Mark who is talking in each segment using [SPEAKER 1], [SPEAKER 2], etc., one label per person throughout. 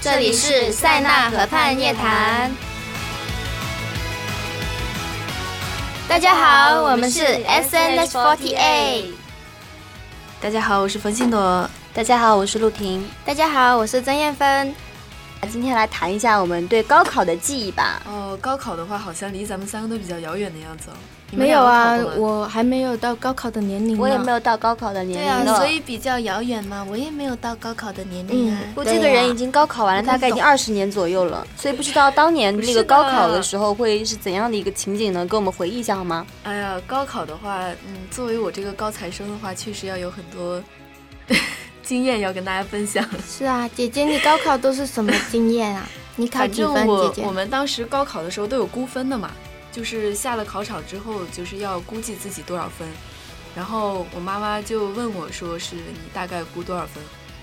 [SPEAKER 1] 这里是塞纳河畔夜谈。大家好，我们是 SNH48。
[SPEAKER 2] 大家好，我是冯信朵。
[SPEAKER 3] 大家好，我是陆婷。
[SPEAKER 1] 大家好，我是曾艳芬。
[SPEAKER 3] 今天来谈一下我们对高考的记忆吧。
[SPEAKER 2] 哦，高考的话，好像离咱们三个都比较遥远的样子哦。你们
[SPEAKER 4] 没有啊
[SPEAKER 2] 两个考，过吗
[SPEAKER 4] 我还没有到高考的年龄呢。
[SPEAKER 3] 我也没有到高考的
[SPEAKER 1] 嗯
[SPEAKER 3] 年
[SPEAKER 1] 对
[SPEAKER 3] 龄
[SPEAKER 1] 啊，
[SPEAKER 3] 了，
[SPEAKER 1] 所以比较遥远嘛，我也没有到高考的年龄啊。
[SPEAKER 4] 嗯
[SPEAKER 3] 我这个人已经高考完了，大概已经二十年左右了，啊所以不知道当年那个高考的时候会是怎样的一个情景呢？给我们回忆一下好吗？
[SPEAKER 2] 哎呀，高考的话，嗯，作为我这个高材生的话，确实要有很多经验要跟大家分享。
[SPEAKER 4] 是啊，姐姐，你高考都是什么经验 啊？你考
[SPEAKER 2] 反
[SPEAKER 4] 几
[SPEAKER 2] 正
[SPEAKER 4] 分？姐
[SPEAKER 2] 我
[SPEAKER 4] 姐
[SPEAKER 2] 我，们当时高考的时候都有估分的嘛，就是下了考场之后，就是要估计自己多少分。然后我妈妈就问我说：“是你大概估多少分？”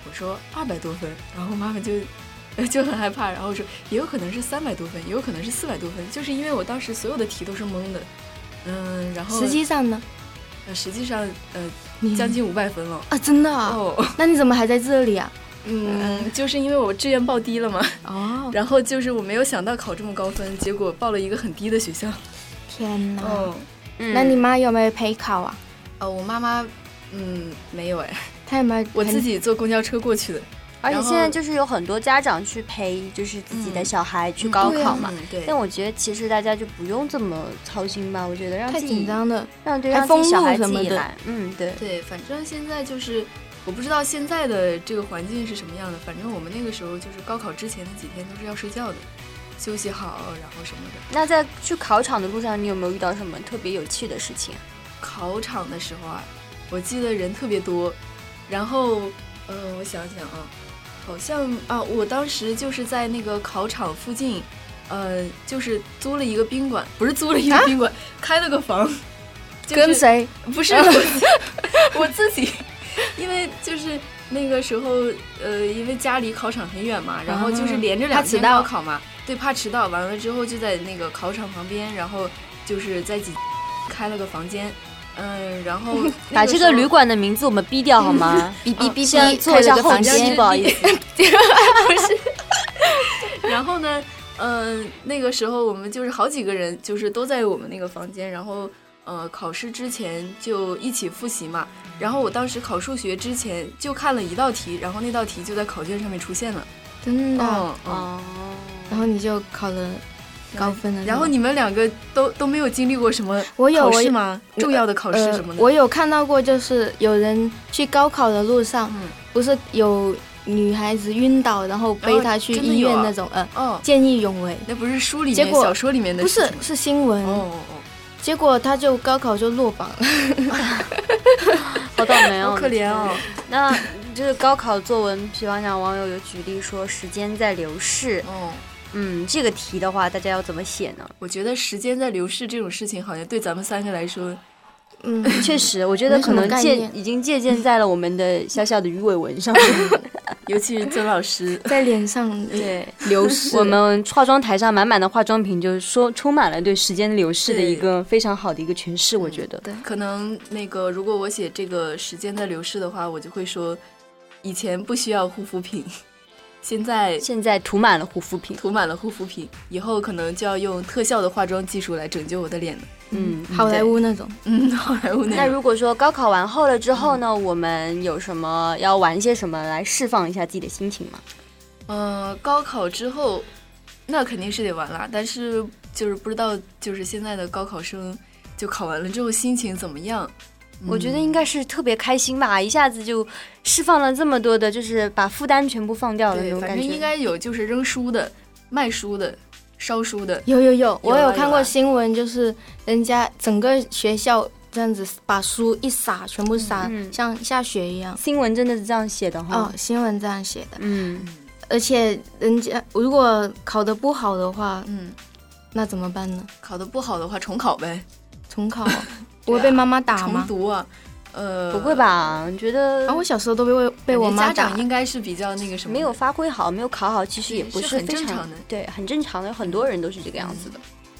[SPEAKER 2] 我说：“二百多分。”然后妈妈就。 呃就很害怕，然后说也有可能是三百多分，也有可能是四百多分，就是因为我当时所有的题都是蒙的，嗯，然后
[SPEAKER 4] 实际上呢？
[SPEAKER 2] 呃实际上呃
[SPEAKER 4] 你
[SPEAKER 2] 将近五百分了
[SPEAKER 4] 啊，真的啊？
[SPEAKER 2] 哦，
[SPEAKER 4] 那你怎么还在这里啊？
[SPEAKER 2] 嗯，就是因为我志愿报低了嘛，
[SPEAKER 4] 哦，
[SPEAKER 2] 然后就是我没有想到考这么高分，结果报了一个很低的学校。
[SPEAKER 4] 天哪！
[SPEAKER 2] 哦，
[SPEAKER 3] 嗯
[SPEAKER 4] 那你妈有没有陪考啊？
[SPEAKER 2] 呃，我妈妈，嗯，没有哎，
[SPEAKER 4] 她有没有？
[SPEAKER 2] 我自。己坐公交车过去的，
[SPEAKER 3] 而且
[SPEAKER 2] 然后
[SPEAKER 3] 现在就是有很多家长去陪，就是自己的小孩去高
[SPEAKER 4] 对啊
[SPEAKER 3] 考嘛。
[SPEAKER 2] 嗯，对
[SPEAKER 3] 但我觉得其实大家就不用这么操心吧，我觉得让
[SPEAKER 4] 太
[SPEAKER 3] 自
[SPEAKER 4] 紧
[SPEAKER 3] 己
[SPEAKER 4] 张了，
[SPEAKER 3] 让对
[SPEAKER 4] 还
[SPEAKER 3] 让自己
[SPEAKER 4] 封
[SPEAKER 3] 小
[SPEAKER 4] 路
[SPEAKER 3] 孩
[SPEAKER 4] 什
[SPEAKER 3] 自
[SPEAKER 4] 么
[SPEAKER 3] 己
[SPEAKER 4] 的
[SPEAKER 3] 来，嗯，对，
[SPEAKER 2] 对，反正现在就是，我不知道现在的这个环境是什么样的，反正我们那个时候就是高考之前的几天都是要睡觉的，休息好，然后什么的。
[SPEAKER 3] 那在去考场的路上，你有没有遇到什么特别有趣的事情？啊
[SPEAKER 2] 考场的时候啊，我记得人特别多，然后，呃，我想想啊，好像啊，我当时就是在那个考场附近，呃，就是租了一个宾馆，不是租了一个
[SPEAKER 3] 啊
[SPEAKER 2] 宾馆，开了个房，就是
[SPEAKER 4] 跟谁？
[SPEAKER 2] 不是我，我自己，因为就是那个时候，呃，因为家离考场很远嘛，然后就是连着两
[SPEAKER 4] 怕迟
[SPEAKER 2] 天
[SPEAKER 4] 到
[SPEAKER 2] 高考嘛，对，怕迟到。完了之后就在那个考场旁边，然后就是在几 开了个房间，嗯、然后
[SPEAKER 3] 把这个旅
[SPEAKER 2] 馆。
[SPEAKER 3] 馆的名字我们逼掉好吗？
[SPEAKER 4] 哔哔哔
[SPEAKER 3] 先
[SPEAKER 4] 哔，
[SPEAKER 3] 做一下后
[SPEAKER 4] 开了个房
[SPEAKER 3] 期，
[SPEAKER 4] 间
[SPEAKER 3] 不好意思。
[SPEAKER 2] 然后呢，嗯、那个时候我们就是好几个人，就是都在我们那个房间，然后呃，考试之前就一起复习嘛。然后我当时考数学之前就看了一道题，然后那道题就在考卷上面出现了。
[SPEAKER 4] 真的。 啊
[SPEAKER 2] 嗯嗯。
[SPEAKER 3] 哦，
[SPEAKER 4] 然后你就考了高分了。
[SPEAKER 2] 然后
[SPEAKER 4] 是吗
[SPEAKER 2] 你们两个都都没有经历过什么
[SPEAKER 4] 我有
[SPEAKER 2] 考
[SPEAKER 4] 我
[SPEAKER 2] 试
[SPEAKER 4] 有
[SPEAKER 2] 吗？重要的考试什么
[SPEAKER 4] 呃？
[SPEAKER 2] 的？
[SPEAKER 4] 我有看到过，就是有人去高考的路上，
[SPEAKER 2] 嗯
[SPEAKER 4] 不是有女孩子晕倒，然后背
[SPEAKER 2] 哦
[SPEAKER 4] 她去
[SPEAKER 2] 真的
[SPEAKER 4] 医
[SPEAKER 2] 有
[SPEAKER 4] 院
[SPEAKER 2] 啊
[SPEAKER 4] 那种，呃，
[SPEAKER 2] 哦，
[SPEAKER 4] 见义勇为。
[SPEAKER 2] 那不是书里
[SPEAKER 4] 结
[SPEAKER 2] 面
[SPEAKER 4] 果
[SPEAKER 2] 小说里面的
[SPEAKER 4] 不
[SPEAKER 2] 事
[SPEAKER 4] 是
[SPEAKER 2] 情，吗
[SPEAKER 4] 是新闻。
[SPEAKER 2] 哦哦哦。
[SPEAKER 4] 结果他就高考就落榜 了。
[SPEAKER 3] 好倒霉哦，
[SPEAKER 2] 好可怜哦！
[SPEAKER 3] 那就是高考作文，比方讲网友有举例说时间在流逝，
[SPEAKER 2] 哦，
[SPEAKER 3] 嗯，这个题的话，大家要怎么写 呢？
[SPEAKER 2] 我觉得时间在流逝这种事情，好像对咱们三个来说，
[SPEAKER 4] 嗯，
[SPEAKER 3] 确实，我觉得可能
[SPEAKER 4] 没什么概
[SPEAKER 3] 借
[SPEAKER 4] 念，
[SPEAKER 3] 已经借鉴在了我们的小小的鱼尾纹上，
[SPEAKER 2] 尤其是曾老师
[SPEAKER 4] 在脸上
[SPEAKER 2] 对，
[SPEAKER 3] 流逝。我们化妆台上满满的化妆品，就是说充满了对时间流逝的一个非常好的一个诠释，我觉得。
[SPEAKER 4] 对
[SPEAKER 2] 可能那个，如果我写这个时间的流逝的话，我就会说，以前不需要护肤品，现在
[SPEAKER 3] 现在涂满了护肤品，
[SPEAKER 2] 涂满了护肤品，以后可能就要用特效的化妆技术来拯救我的脸了。
[SPEAKER 3] 嗯，
[SPEAKER 4] 好莱坞那种。
[SPEAKER 2] 嗯，好莱坞
[SPEAKER 3] 那
[SPEAKER 2] 那种
[SPEAKER 3] 如果说高考完后了之后呢，
[SPEAKER 4] 嗯
[SPEAKER 3] 我们有什么要玩些什么来释放一下自己的心情吗？
[SPEAKER 2] 呃，高考之后，那肯定是得玩啦。但是就是不知道，就是现在的高考生，就考完了之后心情怎么样？
[SPEAKER 4] 嗯
[SPEAKER 2] 嗯
[SPEAKER 3] 我觉得应该是特别开心吧，一下子就释放了这么多的，就是把负担全部放掉了那
[SPEAKER 2] 对，
[SPEAKER 3] 种
[SPEAKER 2] 反
[SPEAKER 3] 感
[SPEAKER 2] 正
[SPEAKER 3] 觉。
[SPEAKER 2] 应该有就是扔书的、卖书的、烧书的。
[SPEAKER 4] 有有有，我
[SPEAKER 2] 有啊
[SPEAKER 4] 看
[SPEAKER 2] 有
[SPEAKER 4] 过
[SPEAKER 2] 啊
[SPEAKER 4] 新闻，就是人家整个学校这样子把书一撒，全部撒，
[SPEAKER 3] 嗯
[SPEAKER 4] 像下雪一样。
[SPEAKER 3] 新闻真的是这样写的哈。
[SPEAKER 4] 哦，新闻这样写的。
[SPEAKER 3] 嗯，
[SPEAKER 4] 而且人家如果考得不好的话，
[SPEAKER 2] 嗯，
[SPEAKER 4] 那怎么办呢？
[SPEAKER 2] 考得不好的话重考呗，
[SPEAKER 4] 重 考、不会被妈妈打
[SPEAKER 2] 重
[SPEAKER 4] 吗？
[SPEAKER 2] 读啊。呃，
[SPEAKER 3] 不会？吧？你觉得
[SPEAKER 4] 嗯啊，我小时候都被被我妈
[SPEAKER 2] 家
[SPEAKER 4] 打
[SPEAKER 2] 长。应该是比较那个什么，
[SPEAKER 3] 没有发挥好，没有考好，其实也不
[SPEAKER 2] 是很
[SPEAKER 3] 非
[SPEAKER 2] 正
[SPEAKER 3] 常
[SPEAKER 2] 常的
[SPEAKER 3] 对，很正常的，有很多
[SPEAKER 4] 嗯
[SPEAKER 3] 人都是这个样子的。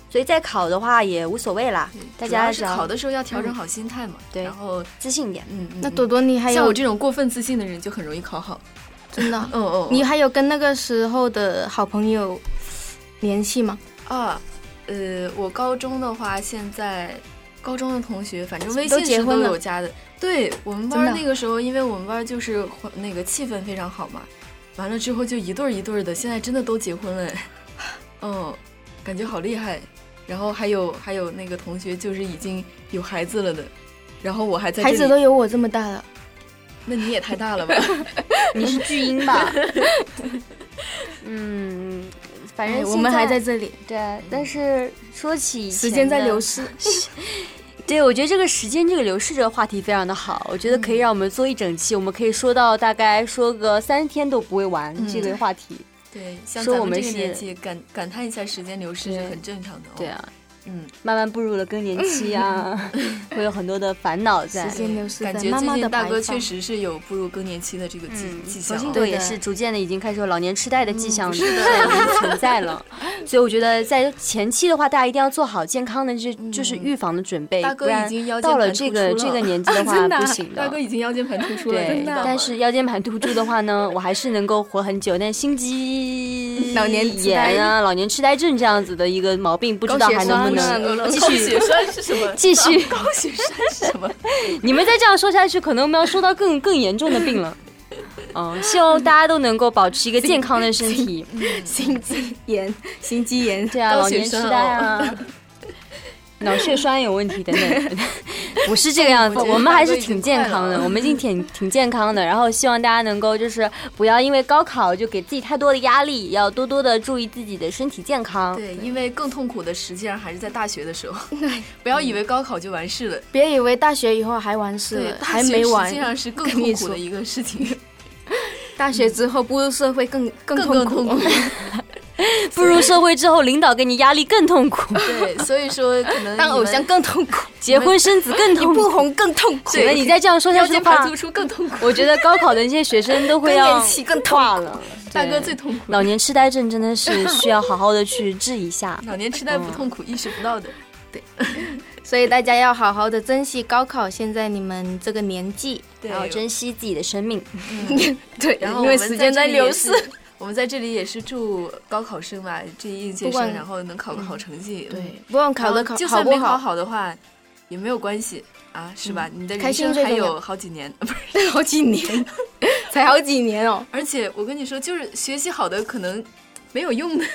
[SPEAKER 3] 所以再考的话也无所谓啦，大
[SPEAKER 2] 主
[SPEAKER 3] 家
[SPEAKER 2] 要
[SPEAKER 3] 只
[SPEAKER 2] 是
[SPEAKER 3] 要嗯
[SPEAKER 2] 考的时候要调整好心态嘛。
[SPEAKER 3] 对
[SPEAKER 2] 然后
[SPEAKER 3] 自信一点。
[SPEAKER 2] 嗯，嗯
[SPEAKER 4] 那
[SPEAKER 2] 嗯
[SPEAKER 4] 朵朵，你还
[SPEAKER 2] 像我
[SPEAKER 4] 有
[SPEAKER 2] 这种过分自信的人就很容易考好。
[SPEAKER 4] 真 的。
[SPEAKER 2] 嗯嗯，
[SPEAKER 4] 你还有跟那个时候的好朋友联系吗？
[SPEAKER 2] 啊，呃，我高中的话，现在高中的同学，反正微
[SPEAKER 4] 都
[SPEAKER 2] 信
[SPEAKER 4] 结
[SPEAKER 2] 是都
[SPEAKER 4] 婚了
[SPEAKER 2] 有加的。对我们
[SPEAKER 4] 真
[SPEAKER 2] 班儿
[SPEAKER 4] 的
[SPEAKER 2] 那个时候，因为我们班儿就是环那个气氛非常好嘛，完了之后就一对儿一对儿的，现在真的都结婚了，嗯，感觉好厉害。然后还有还有那个同学就是已经有孩子了的，然后我还在这
[SPEAKER 4] 孩
[SPEAKER 2] 里
[SPEAKER 4] 子都有我这么大了，
[SPEAKER 2] 那你也太 大了吧？
[SPEAKER 3] 你是巨婴吧？嗯，反正
[SPEAKER 4] 哎我
[SPEAKER 3] 现
[SPEAKER 4] 们还在这里，
[SPEAKER 3] 对，但是说起以
[SPEAKER 4] 时
[SPEAKER 3] 前
[SPEAKER 4] 间在
[SPEAKER 3] 的
[SPEAKER 4] 流逝。
[SPEAKER 3] 对，我觉得这个时间这个流逝这个话题非常的好，我觉得可以让我们做一整期，我们可以说到大概说个三天都不会完、
[SPEAKER 2] 嗯
[SPEAKER 3] 这个话题。
[SPEAKER 2] 对，像
[SPEAKER 3] 说
[SPEAKER 2] 咱
[SPEAKER 3] 我
[SPEAKER 2] 们
[SPEAKER 3] 们
[SPEAKER 2] 这个
[SPEAKER 3] 是
[SPEAKER 2] 年纪，感感叹一下时间流逝是
[SPEAKER 3] 对
[SPEAKER 2] 很正常的、哦。
[SPEAKER 3] 对，啊，
[SPEAKER 2] 嗯，
[SPEAKER 3] 慢慢步入了更年期 啊，会有很多的烦恼在
[SPEAKER 4] 时。间流逝
[SPEAKER 2] 感
[SPEAKER 4] 在
[SPEAKER 2] 觉
[SPEAKER 4] 妈
[SPEAKER 2] 最
[SPEAKER 4] 妈
[SPEAKER 2] 近
[SPEAKER 4] 的
[SPEAKER 2] 大
[SPEAKER 4] 白
[SPEAKER 2] 哥
[SPEAKER 4] 发
[SPEAKER 2] 确实是有步入更年期的这个迹、
[SPEAKER 3] 嗯
[SPEAKER 2] 迹象啊。
[SPEAKER 3] 对，
[SPEAKER 4] 对
[SPEAKER 3] 也
[SPEAKER 4] 的
[SPEAKER 3] 是逐渐的已经开始有老年痴呆的迹象、
[SPEAKER 2] 嗯是的
[SPEAKER 3] 存在了，所以我觉得在前期的话，大家一定要做好健康的这、就是预防的准备，
[SPEAKER 2] 嗯大
[SPEAKER 3] 不
[SPEAKER 2] 哥已
[SPEAKER 3] 然
[SPEAKER 2] 经腰间
[SPEAKER 3] 到
[SPEAKER 2] 盘
[SPEAKER 3] 了
[SPEAKER 2] 突
[SPEAKER 3] 这
[SPEAKER 2] 出
[SPEAKER 3] 个
[SPEAKER 2] 了，
[SPEAKER 3] 这个 年纪的话
[SPEAKER 2] 真啊
[SPEAKER 3] 不行
[SPEAKER 2] 大
[SPEAKER 3] 的
[SPEAKER 2] 哥。已经腰间盘突出了，
[SPEAKER 3] 对
[SPEAKER 2] 真，的
[SPEAKER 3] 但是腰间盘突出的话呢，我还是能够活很久。但心肌
[SPEAKER 4] 老年痴呆
[SPEAKER 3] 炎啊、老年痴呆症这样子的一个毛病，不知道
[SPEAKER 4] 高血
[SPEAKER 3] 还能不
[SPEAKER 4] 栓
[SPEAKER 3] 能
[SPEAKER 4] 呢
[SPEAKER 3] 继
[SPEAKER 2] 高
[SPEAKER 3] 续
[SPEAKER 2] 血栓是什 么？
[SPEAKER 3] 继续。
[SPEAKER 2] 高血栓是什 么？
[SPEAKER 3] 你们再这样说下去，可能我们要说到更更严重的病了。嗯，希望大家都能够保持一个健康的身体。
[SPEAKER 4] 心肌炎、心肌炎
[SPEAKER 3] 对啊，
[SPEAKER 2] 高
[SPEAKER 3] 老
[SPEAKER 2] 血
[SPEAKER 3] 年痴
[SPEAKER 2] 栓
[SPEAKER 3] 呆啊， 脑血栓有问题等等，不是这个样子，
[SPEAKER 2] 我觉得
[SPEAKER 3] 我们还是
[SPEAKER 2] 大哥已经
[SPEAKER 3] 挺健康
[SPEAKER 2] 快
[SPEAKER 3] 的，
[SPEAKER 2] 了
[SPEAKER 3] 我们已经挺挺健康的。然后希望大家能够就是不要因为高考就给自己太多的压力，要多多的注意自己的身体健康。
[SPEAKER 2] 对，因为更痛苦的实际上还是在大学的 时候。不要以为高考就完事了，
[SPEAKER 4] 别以为大学以后还完事
[SPEAKER 2] 对，
[SPEAKER 4] 了，
[SPEAKER 2] 大
[SPEAKER 4] 还
[SPEAKER 2] 学
[SPEAKER 4] 没
[SPEAKER 2] 实
[SPEAKER 4] 完
[SPEAKER 2] 际。上是更
[SPEAKER 4] 跟你
[SPEAKER 2] 痛苦
[SPEAKER 4] 说
[SPEAKER 2] 的一个 事情，
[SPEAKER 4] 大学之后步入社会更更
[SPEAKER 2] 更
[SPEAKER 4] 痛
[SPEAKER 2] 更
[SPEAKER 4] 苦
[SPEAKER 2] 痛。苦。
[SPEAKER 3] 步入社会之后，领导给你压力更痛苦，
[SPEAKER 2] 对，所以说可 能
[SPEAKER 4] 当
[SPEAKER 2] 你
[SPEAKER 4] 偶
[SPEAKER 2] 们
[SPEAKER 4] 像更痛苦，
[SPEAKER 3] 结婚生子更痛
[SPEAKER 4] 不
[SPEAKER 3] 苦。
[SPEAKER 4] 红更痛苦。
[SPEAKER 3] 请问你再这样说下
[SPEAKER 2] 腰
[SPEAKER 3] 去的
[SPEAKER 2] 间
[SPEAKER 3] 话
[SPEAKER 2] 盘，突出更痛苦，
[SPEAKER 3] 我觉得高考的那些学生都会
[SPEAKER 4] 更
[SPEAKER 3] 要
[SPEAKER 4] 年期更痛
[SPEAKER 3] 挂了。
[SPEAKER 2] 大哥
[SPEAKER 3] 对
[SPEAKER 2] 最痛苦。
[SPEAKER 3] 老年痴呆症真的是需要好好的去治一 下。
[SPEAKER 2] 老年痴呆不痛苦，意识不到的。
[SPEAKER 4] 所以大家要好好的珍惜高考，现在你们这个年纪，
[SPEAKER 2] 对
[SPEAKER 3] 然后珍惜自己的生命。
[SPEAKER 4] 对，
[SPEAKER 2] 然后
[SPEAKER 4] 因为时间在流逝，。
[SPEAKER 2] 我们在这里也是祝高考生吧，这一应届
[SPEAKER 4] 不管
[SPEAKER 2] 生，然后能考个好成绩。嗯，
[SPEAKER 4] 对，不管考的考
[SPEAKER 2] 就
[SPEAKER 4] 好
[SPEAKER 2] 算
[SPEAKER 4] 不
[SPEAKER 2] 没考
[SPEAKER 4] 好，嗯
[SPEAKER 2] 好的话，也没有关系啊，是吧？你的
[SPEAKER 4] 开
[SPEAKER 2] 人
[SPEAKER 4] 心
[SPEAKER 2] 生
[SPEAKER 4] 最
[SPEAKER 2] 还
[SPEAKER 4] 重要
[SPEAKER 2] 有好几年，不 是？
[SPEAKER 4] 好几年，才好几年哦。
[SPEAKER 2] 而且我跟你说，就是学习好的可能没有用的，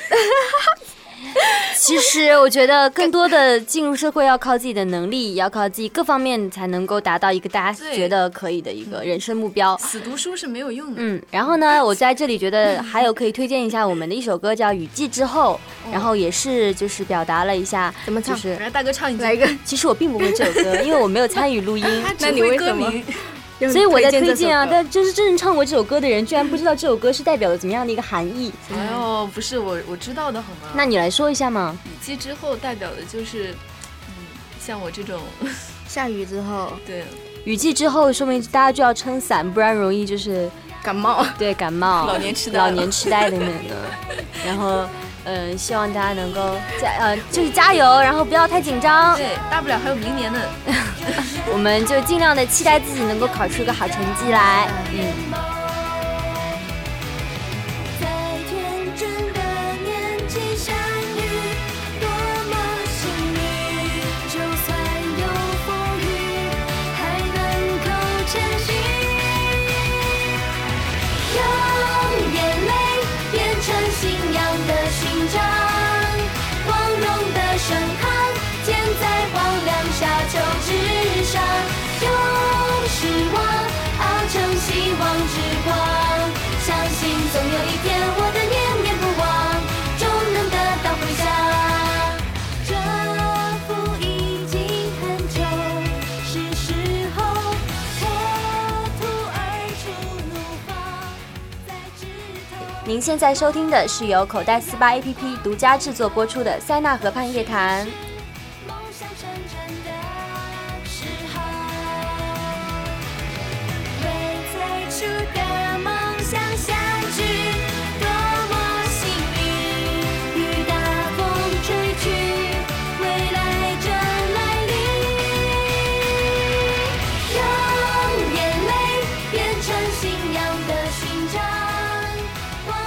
[SPEAKER 3] 其实我觉得更多的进入社会要靠自己的能力，也要靠自己各方面才能够达到一个大家
[SPEAKER 2] 对
[SPEAKER 3] 觉得可以的一个人生目标。
[SPEAKER 2] 死读书是没有用的。
[SPEAKER 3] 嗯，然后呢，我在这里觉得还有可以推荐一下我们的一首歌叫《雨季之后》，然后也是就是表达了一下
[SPEAKER 4] 哦怎么
[SPEAKER 3] 就
[SPEAKER 4] 唱
[SPEAKER 3] 是
[SPEAKER 2] 来，大哥唱一句，
[SPEAKER 4] 来一个，
[SPEAKER 3] 其实我并不会这首歌，因为我没有参与录音。
[SPEAKER 2] 那
[SPEAKER 4] 那你为
[SPEAKER 2] 歌
[SPEAKER 4] 什么
[SPEAKER 2] 名？
[SPEAKER 3] 所以我在推荐啊，
[SPEAKER 4] 这首歌
[SPEAKER 3] 但就是真正唱过这首歌的人，居然不知道这首歌是代表了怎么样的一个含义。
[SPEAKER 2] 哎呦，不是我，我知道的好吗？
[SPEAKER 3] 那你来说一下嘛，
[SPEAKER 2] 雨季之后代表的就是，嗯，像我这种，
[SPEAKER 4] 下雨之后
[SPEAKER 2] 对，
[SPEAKER 3] 雨季之后，说明大家就要撑伞，不然容易就是
[SPEAKER 4] 感冒，
[SPEAKER 3] 对感冒、
[SPEAKER 2] 老年痴呆
[SPEAKER 3] 老年痴呆等等 的。然后，嗯、希望大家能够加呃，就是加油，然后不要太紧张，
[SPEAKER 2] 对，大不了还有明年呢。
[SPEAKER 3] 我们就尽量的期待自己能够考出一个好成绩来。嗯。
[SPEAKER 5] 在天真的年纪相遇，多么幸运！就算有风雨，还能够前行。让眼泪变成信仰的勋章，光荣的审判建在荒凉沙丘之上。用失望熬成希望之光，相信总有一天我的念念不忘，终能得到回响。这步已经很久，是时候破土而出怒放，在枝头。
[SPEAKER 3] 您现在收听的是由口袋四八 APP 独家制作播出的《塞纳河畔夜谈》。
[SPEAKER 5] 梦想成真的时候，为最初的梦想相聚，多么幸运！与大风吹去，未来正来临。让眼泪变成信仰的勋章。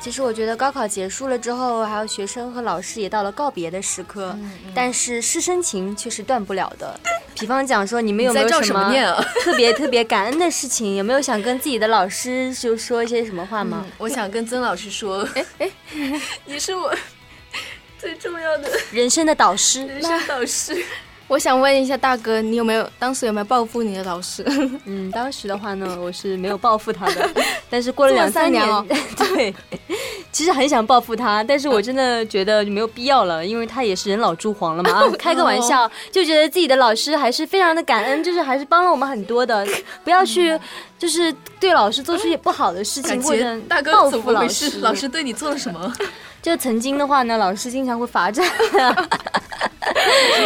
[SPEAKER 3] 其实我觉得高考结束了之后，还有学生和老师也到了告别的时刻，
[SPEAKER 2] 嗯
[SPEAKER 3] 但是师生情却是断不了的。比方讲说，你们有没有
[SPEAKER 2] 你在照
[SPEAKER 3] 什
[SPEAKER 2] 什么念啊
[SPEAKER 3] 特别特别感恩的事情？有没有想跟自己的老师就说一些什么话吗？
[SPEAKER 2] 我想跟曾老师说，哎哎， 你是我最重要的
[SPEAKER 3] 人生的导师，
[SPEAKER 2] 人生导师。
[SPEAKER 4] 我想问一下大哥，你有没有当时有没有报复你的老师？
[SPEAKER 3] 嗯，当时的话呢，我是没有报复他 的，但是过了
[SPEAKER 4] 这么
[SPEAKER 3] 两三
[SPEAKER 4] 善
[SPEAKER 3] 年，
[SPEAKER 2] 哦
[SPEAKER 4] 良
[SPEAKER 3] 对，其实很想报复他，但是
[SPEAKER 2] 嗯
[SPEAKER 3] 我真的觉得没有必要了，因为他也是人老珠黄了 嘛，啊，开个玩
[SPEAKER 2] 哦
[SPEAKER 3] 笑，就觉得自己的老师还是非常的感恩，就是还是帮了我们很多 的，不要去就是对老师做出一些不好的事情
[SPEAKER 2] 感
[SPEAKER 3] 或
[SPEAKER 2] 觉
[SPEAKER 3] 者
[SPEAKER 2] 大哥
[SPEAKER 3] 报
[SPEAKER 2] 怎
[SPEAKER 3] 复
[SPEAKER 2] 么
[SPEAKER 3] 老
[SPEAKER 2] 回
[SPEAKER 3] 师。
[SPEAKER 2] 事？老师对你做了什 么？
[SPEAKER 3] 就曾经的话呢，老师经常会罚 站、
[SPEAKER 2] 哎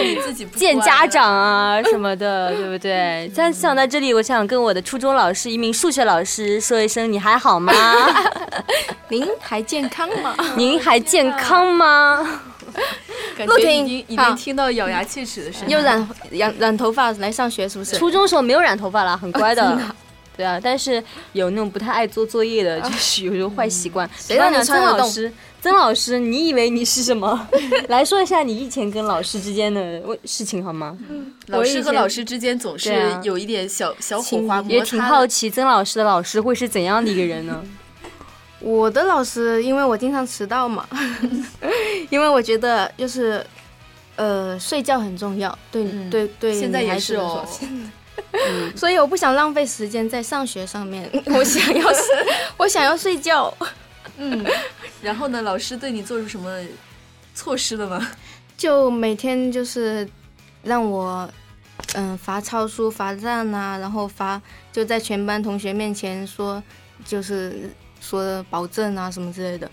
[SPEAKER 2] 你自己不
[SPEAKER 3] 见
[SPEAKER 2] 乖
[SPEAKER 3] 家长啊什么的，对不对？但想到这里，我想跟我的初中老师，一名数学老师说一声：“你还好吗？”
[SPEAKER 4] 您还健康吗？
[SPEAKER 3] 您还健康吗？
[SPEAKER 2] 感
[SPEAKER 4] 陆
[SPEAKER 2] 觉已
[SPEAKER 4] 婷
[SPEAKER 2] 经已
[SPEAKER 4] 啊
[SPEAKER 2] 经听到咬牙切齿的声音。
[SPEAKER 4] 又染染染头发来上学是不是？
[SPEAKER 3] 初中时候没有染头发啦，很乖的。对啊，但是有那种不太爱做作业的，就是有这种坏习惯。谁
[SPEAKER 4] 让你
[SPEAKER 3] 曾
[SPEAKER 4] 穿得
[SPEAKER 3] 老
[SPEAKER 4] 动
[SPEAKER 3] 师，曾老师，你以为你是什么？来说一下你以前跟老师之间的问事情好吗？
[SPEAKER 2] 老师和
[SPEAKER 3] 我以前
[SPEAKER 2] 老师之间总是
[SPEAKER 3] 对啊
[SPEAKER 2] 有一点小小火花摩擦的，
[SPEAKER 3] 也挺好奇曾老师的老师会是怎样的一个人呢？
[SPEAKER 4] 我的老师，因为我经常迟到嘛， 因为我觉得就是，呃，睡觉很重要，对、
[SPEAKER 2] 嗯
[SPEAKER 4] 对对，
[SPEAKER 2] 现在
[SPEAKER 4] 女孩
[SPEAKER 2] 也
[SPEAKER 4] 子
[SPEAKER 2] 是
[SPEAKER 4] 来
[SPEAKER 2] 哦
[SPEAKER 4] 说。所以我不想浪费时间在上学上面， 我想要，我想要睡觉。
[SPEAKER 2] 嗯，然后呢，老师对你做出什么措施了吗？
[SPEAKER 4] 就每天就是让我，嗯、罚抄书、罚站啊，然后罚就在全班同学面前说，就是说保证啊什么之类的。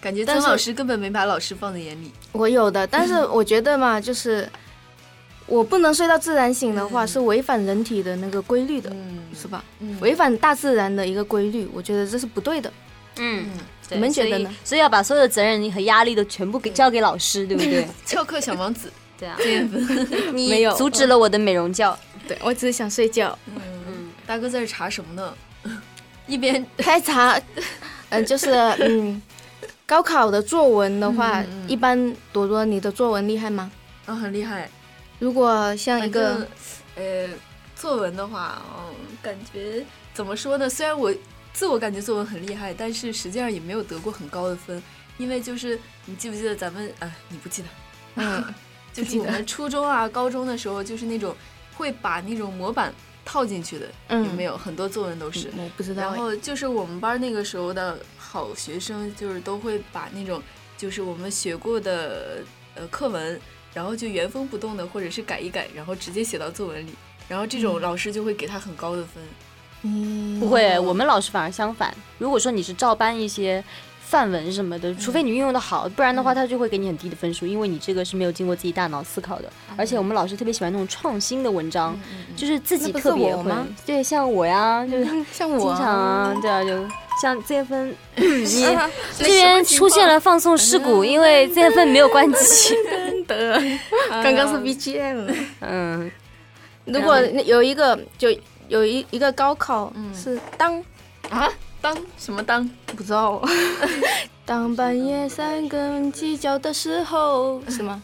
[SPEAKER 2] 感觉曾
[SPEAKER 4] 但是
[SPEAKER 2] 老师根本没把老师放在眼里。
[SPEAKER 4] 我有的，但是我觉得嘛，就是我不能睡到自然醒的话，
[SPEAKER 2] 嗯
[SPEAKER 4] 是违反人体的那个规律的，
[SPEAKER 2] 嗯
[SPEAKER 4] 是吧？
[SPEAKER 2] 嗯
[SPEAKER 4] 违反大自然的一个规律，我觉得这是不对的。
[SPEAKER 3] 嗯，
[SPEAKER 2] 嗯，
[SPEAKER 3] 对
[SPEAKER 4] 你们觉得呢
[SPEAKER 3] 所以？所以要把所有的责任和压力都全部给交给老师，对不 对？
[SPEAKER 2] 翘课小王 子
[SPEAKER 3] 对啊，
[SPEAKER 2] 这样子。
[SPEAKER 3] 你
[SPEAKER 4] 没有嗯
[SPEAKER 3] 阻止了我的美容觉。
[SPEAKER 4] 对我只是想睡觉，
[SPEAKER 2] 嗯，大哥在这查什么呢？一边
[SPEAKER 4] 开查，嗯、就是嗯，高考的作文的话，
[SPEAKER 2] 嗯嗯
[SPEAKER 4] 一般朵朵你的作文厉害吗？
[SPEAKER 2] 啊、很厉害，
[SPEAKER 4] 如果像一
[SPEAKER 2] 反
[SPEAKER 4] 个
[SPEAKER 2] 正呃作文的话，嗯、感觉怎么说呢？虽然我自我感觉作文很厉害，但是实际上也没有得过很高的分，因为就是你记不记得咱们啊？你不记得，
[SPEAKER 4] 嗯，
[SPEAKER 2] 就是我们初中啊、高中的时候，就是那种会把那种模板套进去的，
[SPEAKER 4] 嗯
[SPEAKER 2] 有没有？很多作文都是。
[SPEAKER 4] 我不知道
[SPEAKER 2] 然
[SPEAKER 4] 哎，
[SPEAKER 2] 后就是我们班那个时候的好学生，就是都会把那种就是我们学过的呃课文，然后就原封不动的或者是改一改，然后直接写到作文里。然后这种老师就会给他很高的分，
[SPEAKER 4] 嗯
[SPEAKER 3] 不会，我们老师反而相反。如果说你是照搬一些范文什么的，除非你运用的好，不然的话他就会给你很低的分数，因为你这个是没有经过自己大脑思考的。而且我们老师特别喜欢那种创新的文
[SPEAKER 2] 嗯
[SPEAKER 3] 章，就是自己
[SPEAKER 4] 那不是
[SPEAKER 3] 特别
[SPEAKER 4] 我
[SPEAKER 3] 会
[SPEAKER 4] 吗。
[SPEAKER 3] 对，像我呀，就是 经
[SPEAKER 4] 嗯 像我
[SPEAKER 3] 常啊，
[SPEAKER 4] 啊
[SPEAKER 3] 对啊，就像这份你这
[SPEAKER 2] 什么
[SPEAKER 3] 边
[SPEAKER 2] 情
[SPEAKER 3] 出现
[SPEAKER 2] 况
[SPEAKER 3] 了放送事故，因为这份没有关机。
[SPEAKER 4] 的，刚刚是
[SPEAKER 2] 哎呀
[SPEAKER 4] BGM。
[SPEAKER 3] 嗯，
[SPEAKER 4] 如果有一个就有一一个高考
[SPEAKER 2] 嗯
[SPEAKER 4] 是当
[SPEAKER 2] 啊，当什么当？
[SPEAKER 4] 不知道，
[SPEAKER 2] 啊
[SPEAKER 4] 当半夜三更计较的时候是吗？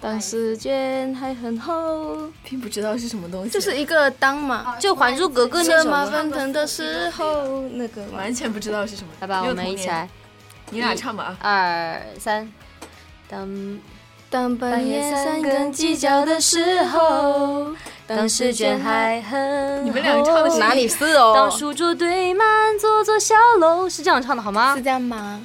[SPEAKER 4] 当试卷还很厚，
[SPEAKER 2] 并不知道是什么东西，
[SPEAKER 4] 就是一个当嘛，
[SPEAKER 3] 就《还珠格格》那
[SPEAKER 4] 啊车
[SPEAKER 3] 首
[SPEAKER 4] 马
[SPEAKER 3] 吗。
[SPEAKER 4] 奔腾的时候那个嘛
[SPEAKER 2] 完全不知道是什么。
[SPEAKER 3] 来吧，
[SPEAKER 2] 没
[SPEAKER 3] 我
[SPEAKER 2] 有
[SPEAKER 3] 们
[SPEAKER 2] 童
[SPEAKER 3] 一起
[SPEAKER 2] 年
[SPEAKER 3] 来，
[SPEAKER 2] 你俩唱吧啊！
[SPEAKER 3] 二三，当
[SPEAKER 4] 当半夜三更计较
[SPEAKER 3] 较的时候，
[SPEAKER 4] 当试卷还
[SPEAKER 3] 很
[SPEAKER 2] 你们俩唱的是哪里
[SPEAKER 4] 是哦
[SPEAKER 3] 当书桌堆满座座小楼，是这样唱的好吗
[SPEAKER 4] 是？这样吗？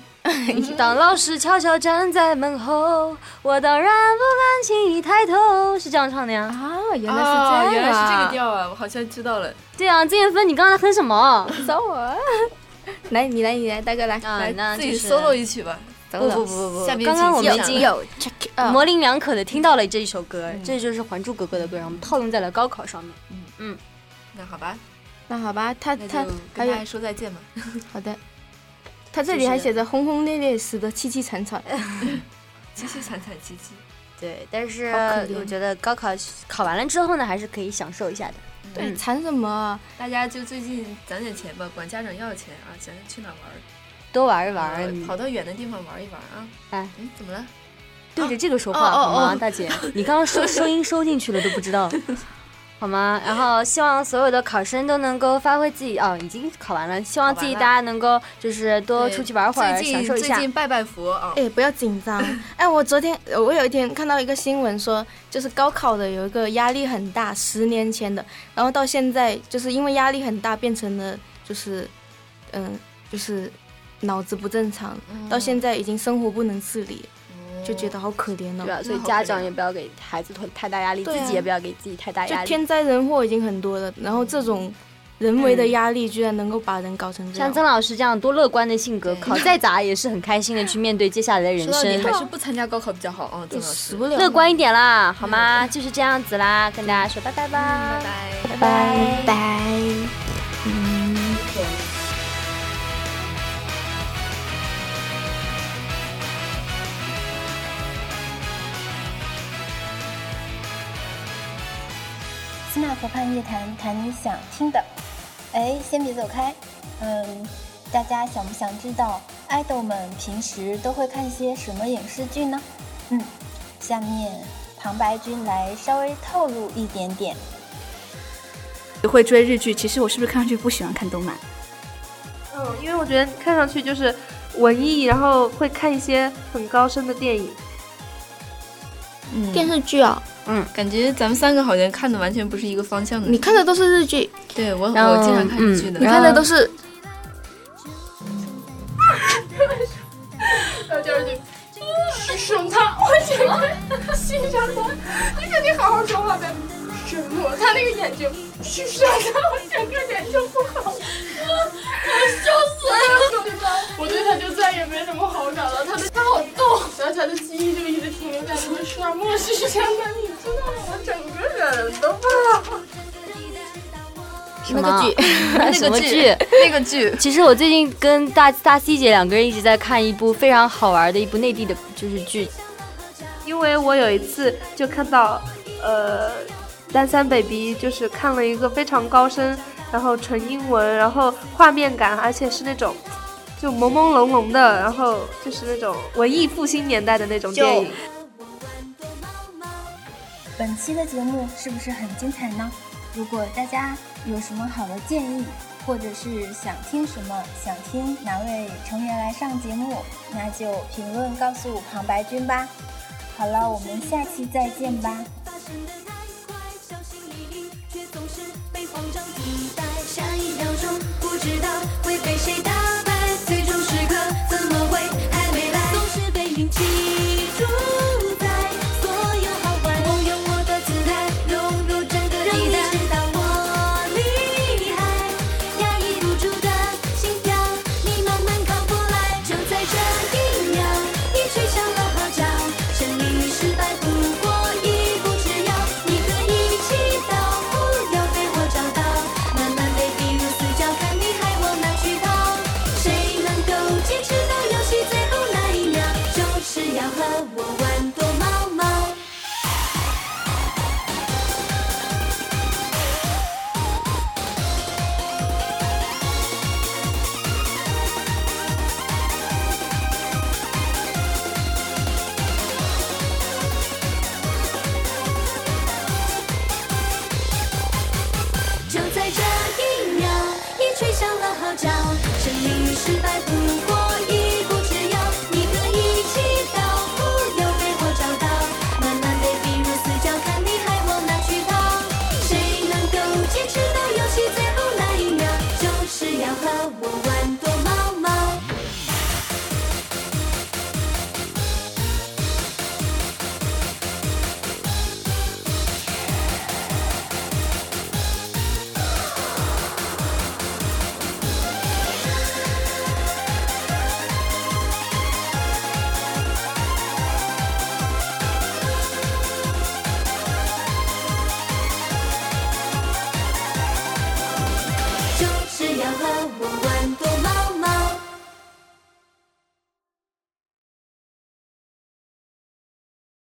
[SPEAKER 3] 当老师悄悄站在门后，我当然不敢轻易抬头，是这样唱的呀。
[SPEAKER 4] 啊，原
[SPEAKER 2] 哦，原来是这
[SPEAKER 4] 调。
[SPEAKER 2] 个调啊！我好像知道了。
[SPEAKER 3] 对啊，金燕芬，你刚才哼什么？
[SPEAKER 4] 找我，啊 来你来你来，大哥来
[SPEAKER 3] 啊
[SPEAKER 4] 来，
[SPEAKER 3] 那
[SPEAKER 2] 自
[SPEAKER 3] 就
[SPEAKER 2] 己
[SPEAKER 3] 是
[SPEAKER 2] solo 一曲吧。
[SPEAKER 4] 走了
[SPEAKER 2] 不不不不，下面
[SPEAKER 3] 刚刚
[SPEAKER 2] 请
[SPEAKER 3] 我们
[SPEAKER 2] 欣
[SPEAKER 3] 已
[SPEAKER 2] 赏
[SPEAKER 3] 经
[SPEAKER 4] 有 check it out
[SPEAKER 3] 模棱两可的听到了这一首歌，这就是《还珠格格》的歌，然后我们套用在了高考上面。
[SPEAKER 2] 那好吧，
[SPEAKER 4] 那好吧，他
[SPEAKER 2] 那就
[SPEAKER 4] 他还
[SPEAKER 2] 跟大
[SPEAKER 4] 有
[SPEAKER 2] 家说再见吧。
[SPEAKER 4] 好的，他这里还写着轰轰烈烈，死得凄凄惨惨。
[SPEAKER 2] 凄凄惨惨戚戚。
[SPEAKER 3] 对，但是
[SPEAKER 4] 好可怜
[SPEAKER 3] 我觉得高考考完了之后呢，还是可以享受一下的。
[SPEAKER 4] 对，惨什么啊？
[SPEAKER 2] 大家就最近攒点钱吧，管家长要钱啊，想想去哪儿玩儿。
[SPEAKER 3] 多玩一
[SPEAKER 2] 呃
[SPEAKER 3] 玩。
[SPEAKER 2] 跑到远的地方玩一玩啊。
[SPEAKER 3] 哎，
[SPEAKER 2] 嗯，怎么了？
[SPEAKER 3] 对着这个说
[SPEAKER 2] 哦
[SPEAKER 3] 话
[SPEAKER 2] 哦
[SPEAKER 3] 好吗，
[SPEAKER 2] 哦
[SPEAKER 3] 大姐？你刚刚收收音收进去了都不知 道，好吗？然后希望所有的考生都能够发挥自己哦，已经考完了，希望自己
[SPEAKER 2] 考完了
[SPEAKER 3] 大家能够就是多出去玩会儿，
[SPEAKER 2] 最
[SPEAKER 3] 享
[SPEAKER 2] 近
[SPEAKER 3] 受一
[SPEAKER 2] 最
[SPEAKER 3] 下。
[SPEAKER 2] 近拜拜佛啊，
[SPEAKER 4] 哎，不要紧张。哎，我昨天呃我有一天看到一个新闻说，就是高考的有一个压力很大，十年前的，然后到现在就是因为压力很大变成了就是，嗯、就是脑子不正常，
[SPEAKER 2] 嗯
[SPEAKER 4] 到
[SPEAKER 2] 哦
[SPEAKER 4] 现在已经生活不能自理，就觉得好可怜
[SPEAKER 6] 对
[SPEAKER 3] 嗯
[SPEAKER 4] 哦。
[SPEAKER 3] 啊
[SPEAKER 6] 吧？所以
[SPEAKER 2] 好
[SPEAKER 6] 家
[SPEAKER 2] 可怜
[SPEAKER 6] 长也不要给孩子太太大压力，
[SPEAKER 4] 对啊
[SPEAKER 6] 自己也不要给自己太大
[SPEAKER 4] 就
[SPEAKER 6] 压力。
[SPEAKER 4] 天灾人祸已经很多了，然后这种人为的压力居然能够把人搞成这
[SPEAKER 3] 像
[SPEAKER 4] 样。
[SPEAKER 3] 曾老师这样多乐观的性格，
[SPEAKER 2] 对
[SPEAKER 3] 考再砸也是很开心的去面对接下来的人
[SPEAKER 2] 说到底还
[SPEAKER 3] 生。
[SPEAKER 2] 是不参加高考比较好啊，曾老师
[SPEAKER 4] 死。不了，
[SPEAKER 3] 乐观一点啦，好
[SPEAKER 2] 嗯
[SPEAKER 3] 吗？就是这样子啦，跟大家说拜拜吧。
[SPEAKER 2] 拜。
[SPEAKER 4] 拜拜。
[SPEAKER 7] 斯纳河畔夜谈，谈你想听的。哎，先别走开，嗯，大家想不想知道爱豆们平时都会看些什么影视剧呢？嗯，下面旁白君来稍微透露一点点。
[SPEAKER 8] 也会追日剧，其实我是不是看上去不喜欢看动漫？
[SPEAKER 9] 嗯，因为我觉得看上去就是文艺，然后会看一些很高深的电影。
[SPEAKER 4] 电视剧啊，
[SPEAKER 2] 嗯，感觉咱们三个好像看的完全不是一个方向的。
[SPEAKER 4] 你看的都是日剧，
[SPEAKER 2] 对我
[SPEAKER 3] 然后嗯
[SPEAKER 2] 我经常看日剧的，
[SPEAKER 4] 你看的都是
[SPEAKER 3] 什么
[SPEAKER 2] 啊
[SPEAKER 3] 剧？ 什么剧？
[SPEAKER 2] 那个剧，
[SPEAKER 3] 其实我最近跟大大 C 姐两个人一直在看一部非常好玩的一部内地的，就是剧，
[SPEAKER 9] 因为我有一次就看到，呃，单三 baby 就是看了一个非常高深，然后纯英文，然后画面感，而且是那种就朦朦胧胧的，然后就是那种文艺复兴年代的那种电影。
[SPEAKER 7] 本期的节目是不是很精彩呢？如果大家有什么好的建议，或者是想听什么，想听哪位成员来上节目，那就评论告诉旁白君吧。好了，我们下期再见吧。
[SPEAKER 5] 下一秒钟不知道会被谁打败，最终时刻怎么会还没来？总是被运气主宰，所有好坏我用我的姿态融入整个地带，让你知道我厉害，压抑不住的心跳，你慢慢靠过来，就在这一秒，你吹响了号角，胜利与失败不过一步之遥，你可以祈祷，不要被我找到，慢慢被逼入死角，看你还往哪去逃，谁能够坚持到游戏最后那一秒，就是要和我玩躲猫猫。就在这一秒，你吹响了号角，胜利与失败不过